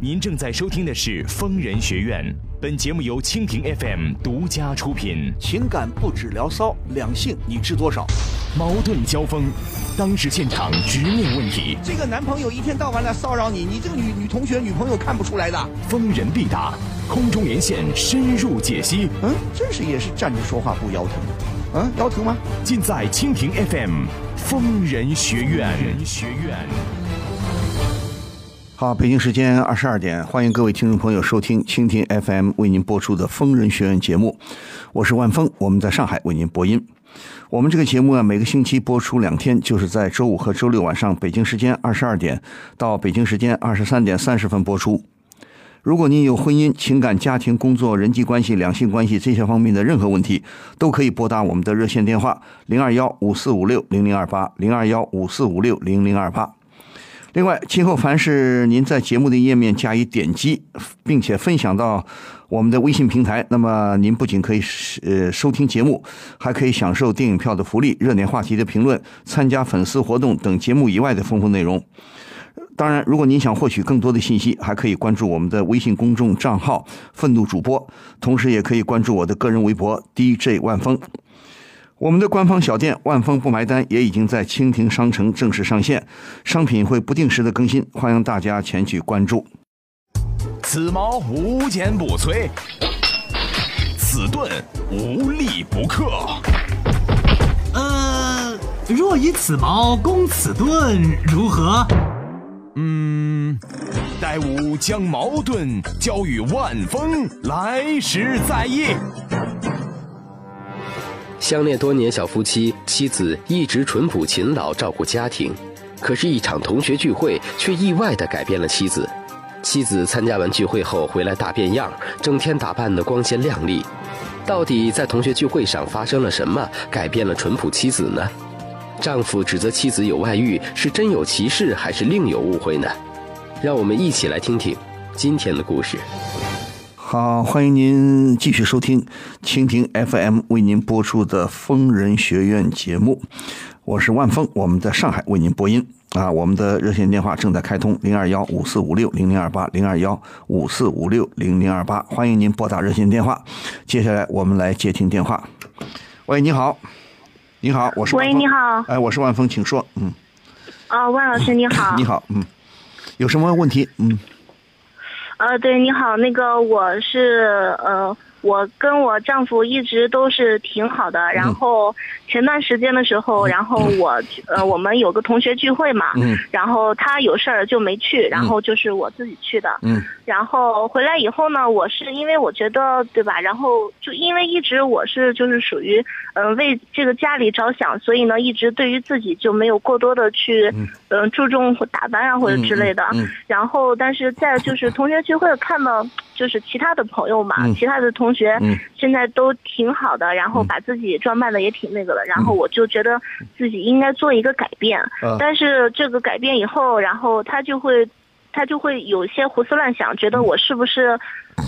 您正在收听的是《疯人学院》，本节目由蜻蜓 FM 独家出品。情感不止聊骚，两性你知多少？矛盾交锋，当事现场直面问题，这个男朋友一天到晚来骚扰你，你这个女女同学、女朋友看不出来的。疯人必答，空中连线深入解析，嗯，真是也是站着说话不腰疼。嗯，腰疼吗？尽在蜻蜓 FM《疯人学院》。人学院。好，北京时间二十二点，欢迎各位听众朋友收听蜻蜓 FM 为您播出的《疯人学院》节目，我是万峰，我们在上海为您播音。我们这个节目啊，每个星期播出两天，就是在周五和周六晚上北京时间二十二点到北京时间二十三点三十分播出。如果您有婚姻、情感、家庭、工作、人际关系、两性关系这些方面的任何问题，都可以拨打我们的热线电话零二幺五四五六零零二八零二幺五四五六零零二八。另外，今后凡是您在节目的页面加以点击，并且分享到我们的微信平台，那么您不仅可以呃收听节目，还可以享受电影票的福利、热点话题的评论、参加粉丝活动等节目以外的丰富内容。当然，如果您想获取更多的信息，还可以关注我们的微信公众账号“愤怒主播”，同时也可以关注我的个人微博 “DJ 万峰”。我们的官方小店“万峰不埋单”也已经在蜻蜓商城正式上线，商品会不定时的更新，欢迎大家前去关注。此矛无坚不摧，此盾无力不克。呃，若以此矛攻此盾，如何？嗯待吾将矛盾交与万峰，来时再议。相恋多年小夫妻，妻子一直淳朴勤劳照顾家庭，可是，一场同学聚会却意外地改变了妻子。妻子参加完聚会后回来大变样，整天打扮得光鲜亮丽。到底在同学聚会上发生了什么，改变了淳朴妻子呢？丈夫指责妻子有外遇，是真有其事还是另有误会呢？让我们一起来听听今天的故事。好，欢迎您继续收听蜻蜓 FM 为您播出的《疯人学院》节目，我是万峰，我们在上海为您播音啊。我们的热线电话正在开通零二幺五四五六零零二八零二幺五四五六零零二八，欢迎您拨打热线电话。接下来我们来接听电话。喂，你好，你好，我是万喂，峰你好，哎，我是万峰，请说，嗯，啊、万老师你好，你，好，嗯，有什么问题？嗯，呃，对，你好，那个我是呃，我跟我丈夫一直都是挺好的，嗯然后前段时间的时候，然后我呃，我们有个同学聚会嘛，嗯然后他有事儿就没去，然后就是我自己去的，嗯，然后回来以后呢，我是因为我觉得对吧，然后就因为一直我是就是属于嗯、呃为这个家里着想，所以呢一直对于自己就没有过多的去嗯、呃注重打扮啊或者之类的。嗯嗯嗯然后但是在就是同学聚会看到就是其他的朋友嘛，嗯其他的同学嗯现在都挺好的，然后把自己装扮的也挺那个嗯的，然后我就觉得自己应该做一个改变。呃但是这个改变以后，然后他就会他就会有一些胡思乱想，嗯觉得我是不是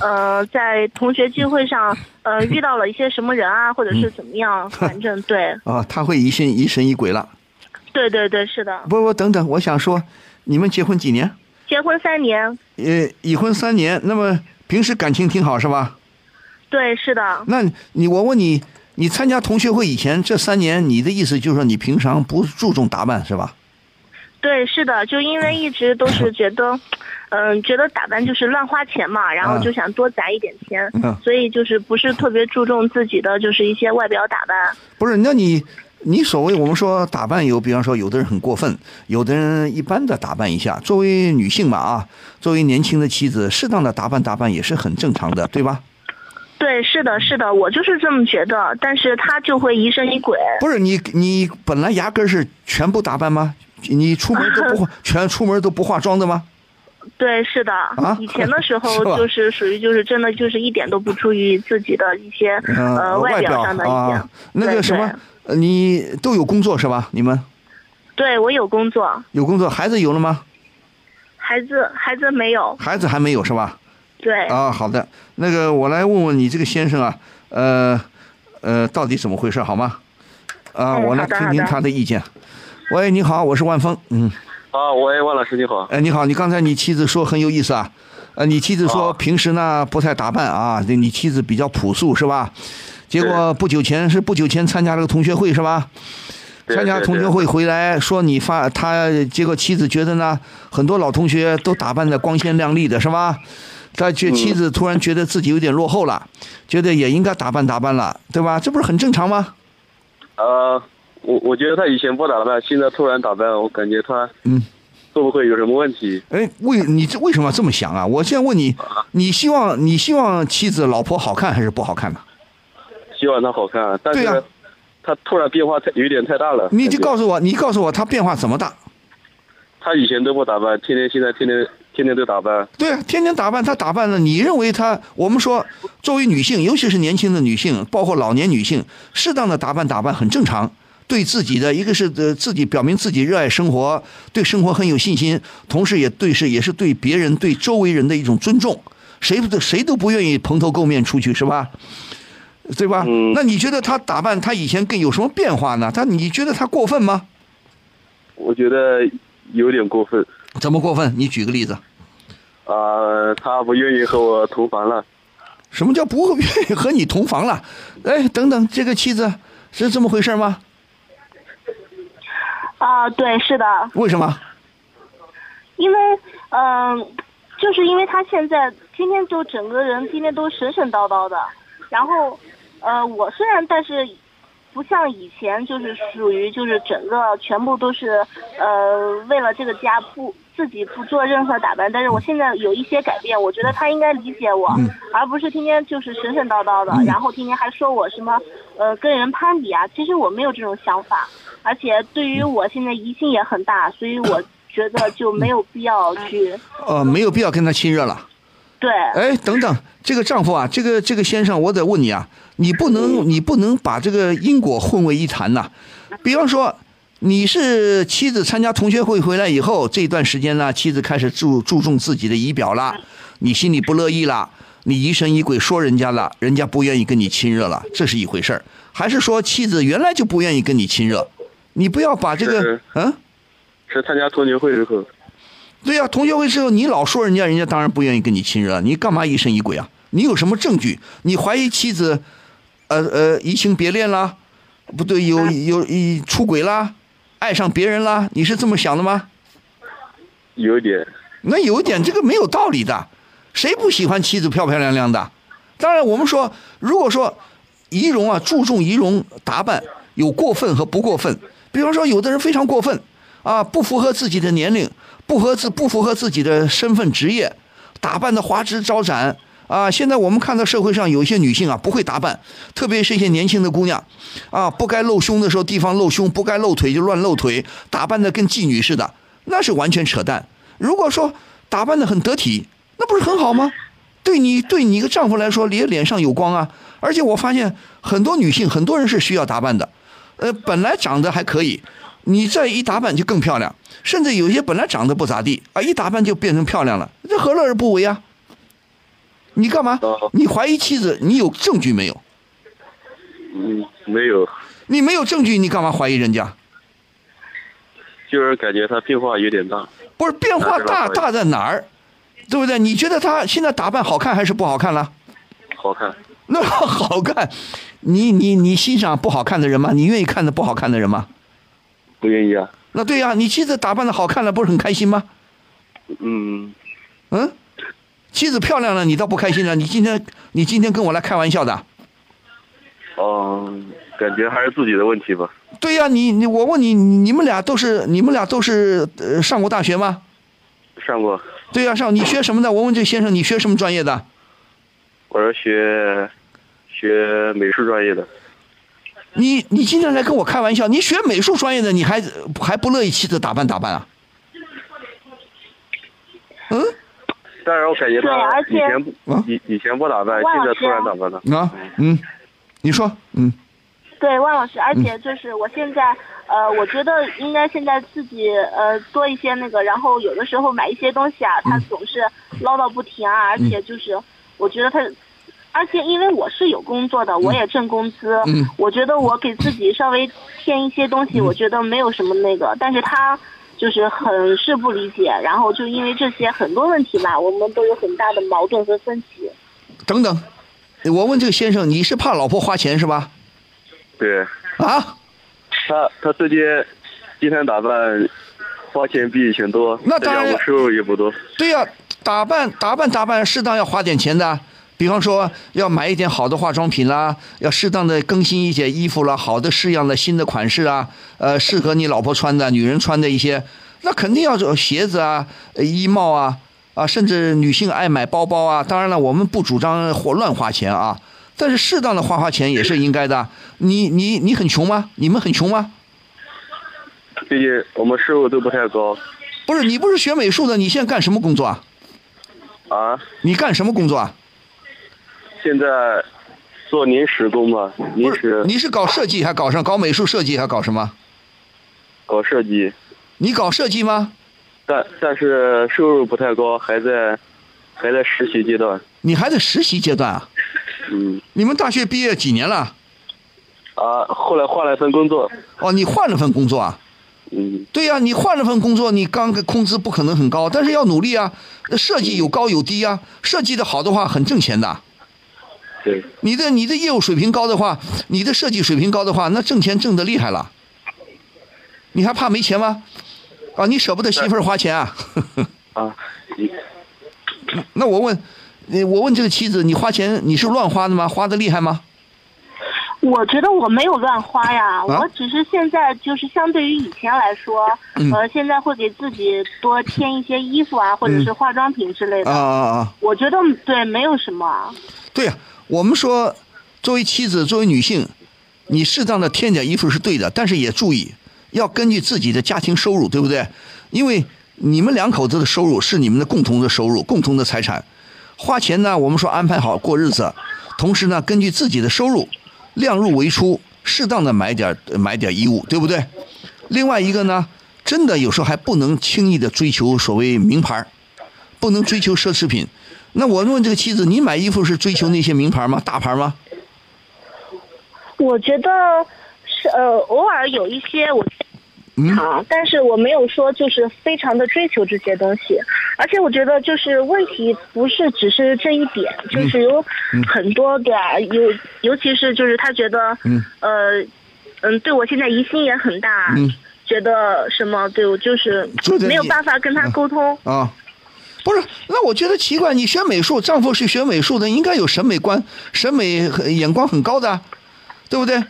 呃在同学聚会上呃遇到了一些什么人啊，或者嗯是怎么样，反正对啊，他会疑心疑神疑鬼了。对对对，是的，不不，等等，我想说，你们结婚几年？结婚三年，呃，已婚三年。那么平时感情挺好是吧？对是的，那你我问你，你参加同学会以前这三年，你的意思就是说你平常不注重打扮是吧？对是的，就因为一直都是觉得。嗯，觉得打扮就是乱花钱嘛，然后就想多攒一点钱，嗯所以就是不是特别注重自己的就是一些外表打扮。不是，那你你所谓我们说打扮有，比方说有的人很过分，有的人一般的打扮一下。作为女性嘛啊，作为年轻的妻子，适当的打扮打扮也是很正常的，对吧？对，是的，是的，我就是这么觉得，但是他就会疑神疑鬼。不是你你本来压根儿是全部打扮吗？你出门都不化，全出门都不化妆的吗？对，是的，啊以前的 时是候吧就是属于就是真的就是一点都不注意自己的一些、呃，呃外表上的一些。啊，那个对什么，呃你都有工作是吧？你们对，对我有工作，有工作，孩子有了吗？孩子孩子没有。孩子还没有是吧？对，啊，好的，那个我来问问你这个先生啊，呃呃，到底怎么回事好吗？啊，嗯我来好的听好听的他的意见。喂，你好，我是万峰。嗯，啊，喂，万老师你好。哎，你好，你刚才你妻子说很有意思啊，呃，你妻子说哦平时呢不太打扮啊，你妻子比较朴素是吧？结果是不久前是不久前参加了个同学会是吧？对参加对同学对会回来说你发他，结果妻子觉得呢，很多老同学都打扮的光鲜亮丽的是吧？他觉妻嗯子突然觉得自己有点落后了，觉得也应该打扮打扮了，对吧？这不是很正常吗？呃，我我觉得他以前不打扮，现在突然打扮，我感觉他嗯，会不会有什么问题？哎，为你这为什么这么想啊？我现在问你，你希望你希望妻子老婆好看还是不好看呢？希望他好看，啊但对呀是他突然变化太有点太大了。你就感觉告诉我，你告诉我她变化怎么大？他以前都不打扮，天天现在天天天天都打扮，对啊，天天打扮，她打扮了，你认为她？我们说，作为女性，尤其是年轻的女性，包括老年女性，适当的打扮打扮很正常。对自己的一个是呃自己表明自己热爱生活，对生活很有信心，同时也对是也是对别人对周围人的一种尊重。谁不谁都不愿意蓬头垢面出去是吧？对吧？嗯那你觉得她打扮，她以前更有什么变化呢？她你觉得她过分吗？我觉得有点过分怎么过分？你举个例子。啊、他不愿意和我同房了，什么叫不愿意和你同房了？哎，等等，这个妻子是这么回事吗？啊，对，是的，为什么？因为，嗯、就是因为他现在天天就整个人天天都神神叨叨的，然后，呃，我虽然但是不像以前就是属于就是整个全部都是呃为了这个家不自己不做任何打扮，但是我现在有一些改变，我觉得他应该理解我，而不是天天就是神神叨叨的，然后天天还说我什么呃跟人攀比啊，其实我没有这种想法，而且对于我现在疑心也很大，所以我觉得就没有必要去呃，没有必要跟他亲热了。对。哎，等等，这个丈夫啊，这个这个先生，我得问你啊，你不能你不能把这个因果混为一谈呐、比方说，你是妻子参加同学会回来以后，这段时间呢，妻子开始注注重自己的仪表了，你心里不乐意了，你疑神疑鬼说人家了，人家不愿意跟你亲热了，这是一回事儿。还是说妻子原来就不愿意跟你亲热？你不要把这个是嗯。是参加同学会之后，对呀、同学会之后你老说人家，人家当然不愿意跟你亲热，你干嘛疑神疑鬼啊？你有什么证据？你怀疑妻子，呃呃，移情别恋啦，不对，有有一出轨啦，爱上别人啦，你是这么想的吗？有一点那有一点这个没有道理的，谁不喜欢妻子漂漂亮亮的？当然，我们说，如果说仪容啊，注重仪容打扮，有过分和不过分。比方说，有的人非常过分啊，不符合自己的年龄，不合自不符合自己的身份职业，打扮的花枝招展啊。现在我们看到社会上有一些女性啊，不会打扮，特别是一些年轻的姑娘，啊，不该露胸的时候地方露胸，不该露腿就乱露腿，打扮的跟妓女似的，那是完全扯淡。如果说打扮的很得体，那不是很好吗？对你对你一个丈夫来说，也脸上有光啊。而且我发现很多女性，很多人是需要打扮的，呃，本来长得还可以，你再一打扮就更漂亮，甚至有些本来长得不咋地啊，一打扮就变成漂亮了，这何乐而不为啊？你干嘛哦？你怀疑妻子，你有证据没有？嗯没有，你没有证据，你干嘛怀疑人家？就是感觉他变化有点大，不是变化大大在哪儿，对不对？你觉得她现在打扮好看还是不好看了？好看 那好看，你你你欣赏不好看的人吗？你愿意看的不好看的人吗？不愿意啊，那对呀、你妻子打扮的好看了，不是很开心吗？嗯，嗯，妻子漂亮了，你倒不开心了？你今天你今天跟我来开玩笑的？哦、嗯感觉还是自己的问题吧，对呀、你你我问你，你你们俩都是你们俩都是呃上过大学吗？上过，对呀、上你学什么的？我问这先生，你学什么专业的？我是学学美术专业的，你你今天来跟我开玩笑？你学美术专业的，你还还不乐意妻子打扮打扮啊？嗯但是我感觉对他而且以前不啊以以前不打扮，万老现在师突然打扮了，啊嗯，你说嗯。对，万老师，而且就是我现在，呃，我觉得应该现在自己呃多一些那个，然后有的时候买一些东西啊，他总是唠叨不停啊，而且就是我觉得他，而且因为我是有工作的，我也挣工资，嗯我觉得我给自己稍微添一些东西，我觉得没有什么那个，但是他。就是很是不理解，然后就因为这些很多问题吧，我们都有很大的矛盾和分歧。等等，我问这个先生，你是怕老婆花钱是吧？对啊，他，他最近今天打扮花钱比以前多，那再当加然上我收入也不多。对呀、打扮打扮打扮，适当要花点钱的。啊比方说，要买一点好的化妆品啦，要适当的更新一些衣服啦，好的式样的新的款式啊，呃，适合你老婆穿的、女人穿的一些，那肯定要有鞋子啊、呃衣帽啊，啊，甚至女性爱买包包啊。当然了，我们不主张或乱花钱啊，但是适当的花花钱也是应该的。啊你你你很穷吗？你们很穷吗？最近我们收入都不太高不是，你不是学美术的，你现在干什么工作啊？啊，你干什么工作啊？现在做临时工嘛，临不是时，你是搞设计还搞什么？搞美术设计还搞什么？搞设计，你搞设计吗？但但是收入不太高，还在还在实习阶段。你还在实习阶段啊？嗯你们大学毕业几年了？啊，后来换了一份工作，哦，你换了份工作啊？嗯，对呀、你换了份工作，你刚工资不可能很高，但是要努力啊。设计有高有低啊，设计的好的话很挣钱的。对，你的你的业务水平高的话，你的设计水平高的话，那挣钱挣得厉害了。你还怕没钱吗？啊，你舍不得媳妇儿花钱啊？啊，你那我问，呃我问这个妻子，你花钱你是乱花的吗？花的厉害吗？我觉得我没有乱花呀，我只是现在就是相对于以前来说，呃，现在会给自己多添一些衣服啊，或者是化妆品之类的。啊啊啊！我觉得嗯对，没有什么。啊对呀、我们说，作为妻子，作为女性，你适当的添点衣服是对的，但是也注意要根据自己的家庭收入，对不对？因为你们两口子的收入是你们的共同的收入，共同的财产。花钱呢，我们说安排好过日子，同时呢，根据自己的收入，量入为出，适当的买点呃买点衣物，对不对？另外一个呢，真的有时候还不能轻易的追求所谓名牌儿不能追求奢侈品。那我问这个妻子，你买衣服是追求那些名牌吗？大牌吗？我觉得是呃，偶尔有一些我。嗯啊，但是我没有说就是非常的追求这些东西，而且我觉得就是问题不是只是这一点，嗯就是有很多对啊，有尤其是就是他觉得，嗯、呃，嗯，对我现在疑心也很大，嗯觉得什么对我就是就得没有你办法跟他沟通，啊，不是。那我觉得奇怪，你学美术，丈夫是学美术的，应该有审美观、审美很眼光很高的啊，对不对？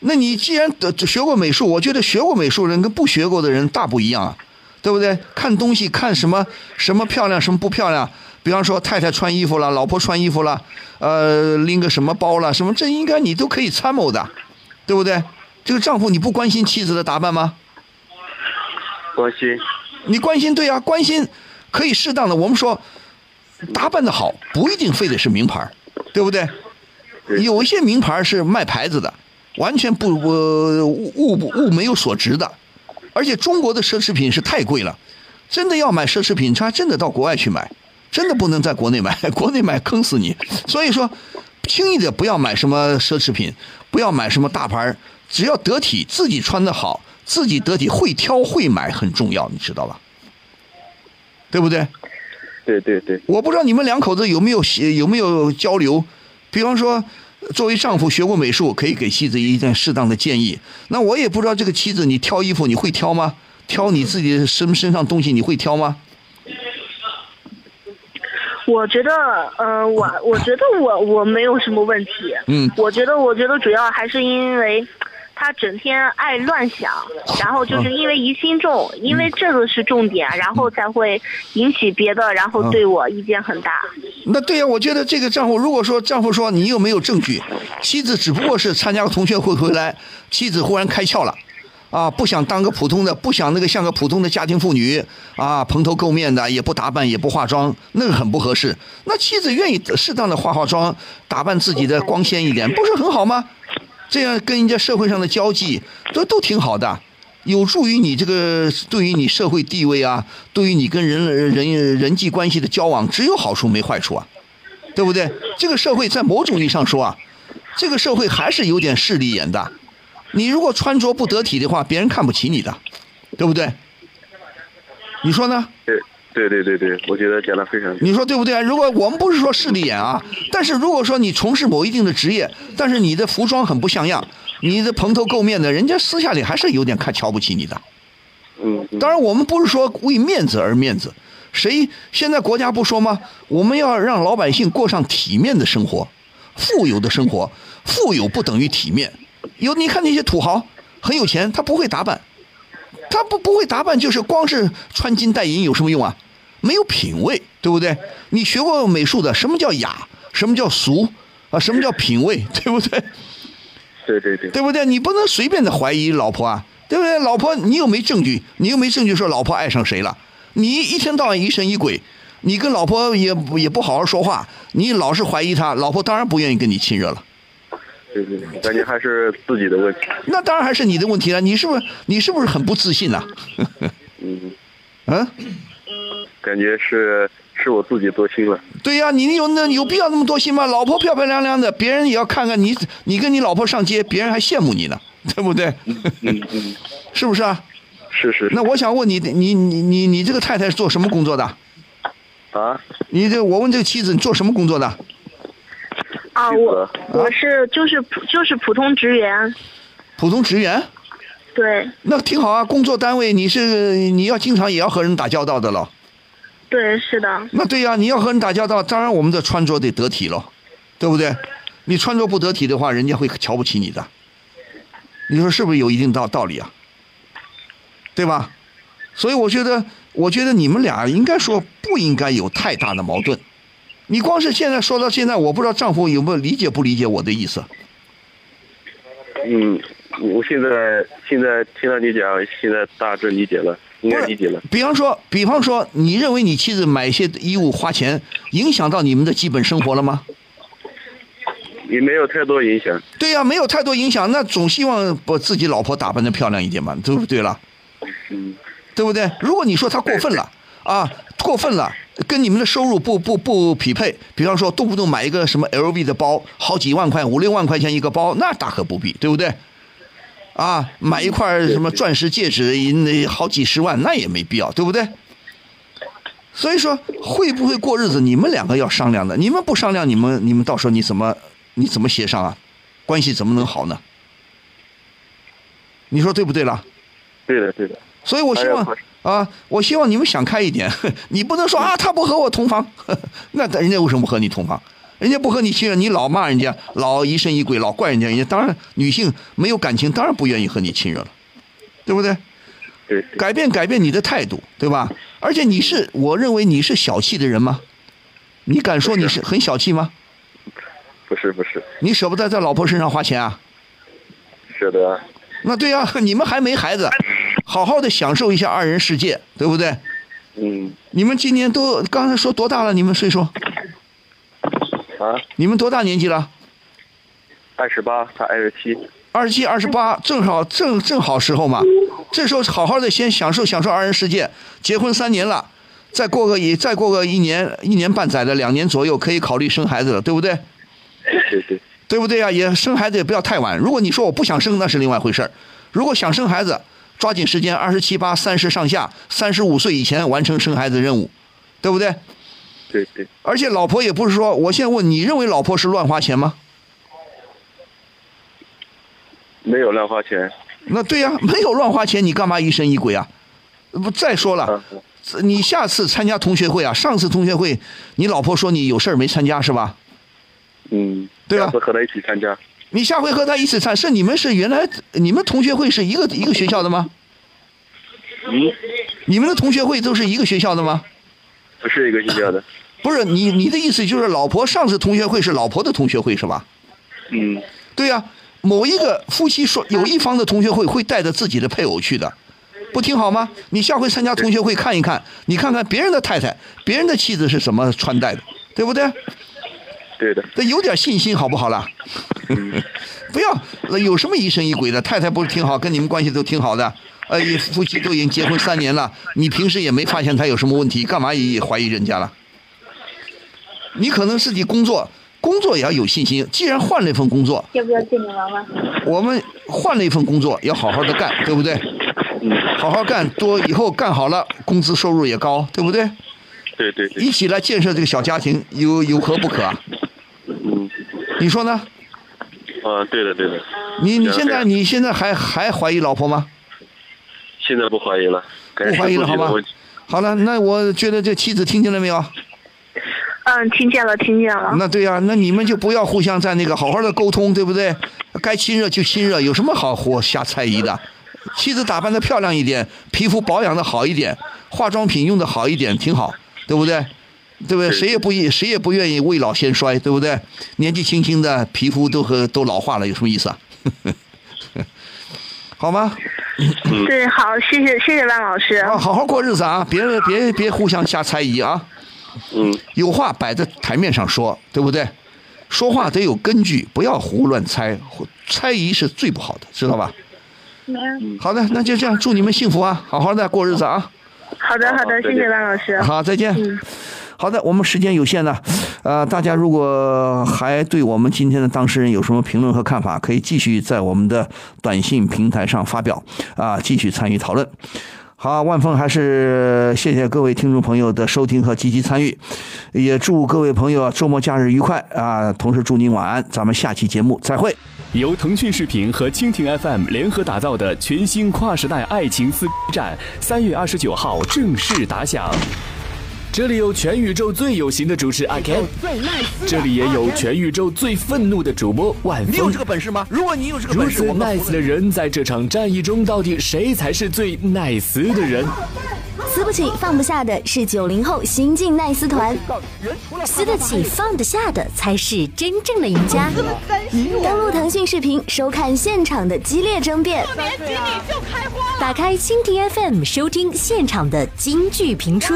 那你既然得学过美术，我觉得学过美术人跟不学过的人大不一样啊，对不对？看东西看什么什么漂亮，什么不漂亮。比方说太太穿衣服了，老婆穿衣服了，呃，拎个什么包了，什么这应该你都可以参谋的，对不对？这个丈夫你不关心妻子的打扮吗？关心，你关心对啊，关心可以适当的。我们说，打扮的好不一定非得是名牌儿，对不对？对有一些名牌儿是卖牌子的，完全不不物物物没有所值的，而且中国的奢侈品是太贵了，真的要买奢侈品，他真的到国外去买，真的不能在国内买， 国内买坑死你。所以说，轻易的不要买什么奢侈品，不要买什么大牌儿，只要得体，自己穿的好，自己得体，会挑会买很重要，你知道吧？对不对？对对对，我不知道你们两口子有没有协有没有交流，比方说，作为丈夫学过美术，可以给妻子一点适当的建议。那我也不知道这个妻子，你挑衣服你会挑吗？挑你自己身身上东西你会挑吗？我觉得，嗯、我我觉得我我没有什么问题。嗯我觉得，我觉得主要还是因为呃他整天爱乱想，然后就是因为疑心重，因为这个是重点，然后才会引起别的，然后对我意见很大。那对呀、我觉得这个丈夫，如果说丈夫说你有没有证据，妻子只不过是参加个同学会回来，妻子忽然开窍了，啊，不想当个普通的，不想那个像个普通的家庭妇女啊，蓬头垢面的，也不打扮，也不化妆，那个很不合适。那妻子愿意适当的化化妆，打扮自己的光鲜一点，不是很好吗？这样跟人家社会上的交际都都挺好的，有助于你这个对于你社会地位啊，对于你跟人人人际关系的交往，只有好处没坏处啊，对不对？这个社会在某种意义上说啊，这个社会还是有点势利眼的。你如果穿着不得体的话，别人看不起你的，对不对？你说呢？对对对对对，我觉得讲的非常对。你说对不对啊？如果我们不是说势利眼啊，但是如果说你从事某一定的职业，但是你的服装很不像样，你的蓬头垢面的，人家私下里还是有点看瞧不起你的。嗯，嗯当然，我们不是说为面子而面子，谁现在国家不说吗？我们要让老百姓过上体面的生活，富有的生活。富有不等于体面，有你看那些土豪很有钱，他不会打扮，他不不会打扮，就是光是穿金戴银有什么用啊？没有品味，对不对？你学过美术的，什么叫雅？什么叫俗？啊，什么叫品味？对不对？ 对对对，对不对？你不能随便的怀疑老婆啊，对不对？老婆，你又没证据，你又没证据说老婆爱上谁了。你一天到晚疑神疑鬼，你跟老婆也也不好好说话，你老是怀疑她，老婆当然不愿意跟你亲热了。对对对，感觉还是自己的问题。那当然还是你的问题了，啊你是不是你是不是很不自 信呐、啊嗯，嗯，感觉是是我自己多心了。对呀、你有那有必要那么多心吗？老婆漂漂亮亮的，别人也要看看你，你跟你老婆上街，别人还羡慕你呢，对不对？嗯嗯， 是不是啊？是是是 那我想问你，你你你你这个太太是做什么工作的？啊，你这我问这个妻子，你做什么工作的？啊，我我是就是普就是普通职员，普通职员，对那挺好啊。工作单位你是你要经常也要和人打交道的喽。对是的，那对呀、你要和人打交道，当然我们的穿着得得体喽，对不对？你穿着不得体的话，人家会瞧不起你的。你说是不是有一定道道理啊？对吧？所以我觉得，我觉得你们俩应该说不应该有太大的矛盾。你光是现在说到现在，我不知道丈夫有没有理解不理解我的意思。嗯，我现在现在听到你讲，现在大致理解了，应不该是理解了。比方说，比方说，你认为你妻子买一些衣物花钱，影响到你们的基本生活了吗？也没有太多影响。对呀、没有太多影响，那总希望把自己老婆打扮的漂亮一点嘛，对不对啦？嗯，对不对？如果你说她过分了啊，过分了，跟你们的收入不不不匹配，比方说动不动买一个什么 LV 的包，好几万块，五六万块钱一个包，那大可不必，对不对？啊，买一块什么钻石戒指，那好几十万，那也没必要，对不对？所以说，会不会过日子，你们两个要商量的。你们不商量，你们你们到时候你怎么你怎么协商啊？关系怎么能好呢？你说对不对啦？对的对的，所以我希望哎呀啊，我希望你们想开一点， 你不能说啊，他不和我同房， 那人家为什么不和你同房？人家不和你亲热，你老骂人家，老疑神疑鬼，老怪人家，人家当然女性没有感情，当然不愿意和你亲热了，对不对？对对改变改变你的态度，对吧？而且你是，我认为你是小气的人吗？你敢说你是很小气吗？不是不是，你舍不得在老婆身上花钱啊？是的，啊那对呀、 你们还没孩子，好好的享受一下二人世界，对不对？嗯你们今年都刚才说多大了？你们岁数？啊，你们多大年纪了？二十八，他二十七，二十七、二十八，正好正正好时候嘛。这时候好好的先享受享受二人世界。结婚三年了，再过个一再过个一年一年半载的两年左右，可以考虑生孩子了，对不对？对对，对不对啊？也生孩子也不要太晚。如果你说我不想生，那是另外回事儿。如果想生孩子，抓紧时间，二十七八、三十上下，三十五岁以前完成生孩子任务，对不对？对对，而且老婆也不是说，我现在问你认为老婆是乱花钱吗？没有乱花钱。那对呀、没有乱花钱，你干嘛疑神疑鬼啊？不，再说了，嗯你下次参加同学会啊，上次同学会，你老婆说你有事儿没参加是吧？嗯，对啊下次和他一起参加。你下回和她一起参，是你们是原来你们同学会是一个一个学校的吗？嗯，你们的同学会都是一个学校的吗？不是一个学校的。不是，你你的意思就是老婆上次同学会是老婆的同学会是吧？嗯，对呀、某一个夫妻说有一方的同学会会带着自己的配偶去的，不挺好吗？你下回参加同学会看一看，你看看别人的太太、别人的妻子是什么穿戴的，对不对？对的，那有点信心好不好啦？不要呃有什么疑神疑鬼的，太太不是挺好，跟你们关系都挺好的，呃，也夫妻都已经结婚三年了，你平时也没发现她有什么问题，干嘛也怀疑人家了？你可能自己工作，工作也要有信心。既然换了一份工作，要不要见你玩玩？我们换了一份工作，要好好的干，对不对？好好干，多以后干好了，工资收入也高，对不对？对对对，一起来建设这个小家庭，有有何不可啊？嗯，你说呢？啊，对的对的，你你是现在你现在还还怀疑老婆吗？现在不怀疑了，不不怀疑了，好吧？好了，那我觉得这妻子听见了没有？嗯，听见了，听见了。那对呀、那你们就不要互相在那个好好的沟通，对不对？该亲热就亲热，有什么好活瞎猜疑的？妻子打扮的漂亮一点，皮肤保养的好一点，化妆品用的好一点，挺好，对不对？对不对？是谁也不愿谁也不愿意未老先衰，对不对？年纪轻轻的皮肤都和都老化了，有什么意思啊？ 好吗？对，好，谢谢谢谢万老师。啊，好好过日子啊，别别别互相瞎猜疑啊。嗯，有话摆在台面上说，对不对？说话得有根据，不要胡乱猜，胡猜疑是最不好的，知道吧？嗯好的，那就这样，祝你们幸福啊，好好的过日子啊。好的好的，好再谢见谢万老师。好，再见。好的，我们时间有限呢，呃，大家如果还对我们今天的当事人有什么评论和看法，可以继续在我们的短信平台上发表，啊，继续参与讨论。好，万峰还是谢谢各位听众朋友的收听和积极参与，也祝各位朋友啊周末假日愉快啊！同时祝您晚安，咱们下期节目再会。由腾讯视频和蜻蜓 FM 联合打造的全新跨时代爱情撕逼战，三月二十九号正式打响。这里有全宇宙最有型的主持阿 Ken，这里也有全宇宙最愤怒的主播万峰。本事吗？如果你有这个如此 nice 的人，在这场战役中，到底谁才是最 nice 的人？撕不起放不下的是九零后新晋耐撕团，撕得起放得下的才是真正的赢家。登录腾讯视频收看现场的激烈争辩，打开蜻蜓 FM 收听现场的京剧评出。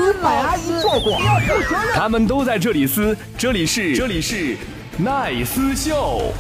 他们都在这里撕，这里是这里是奈斯秀。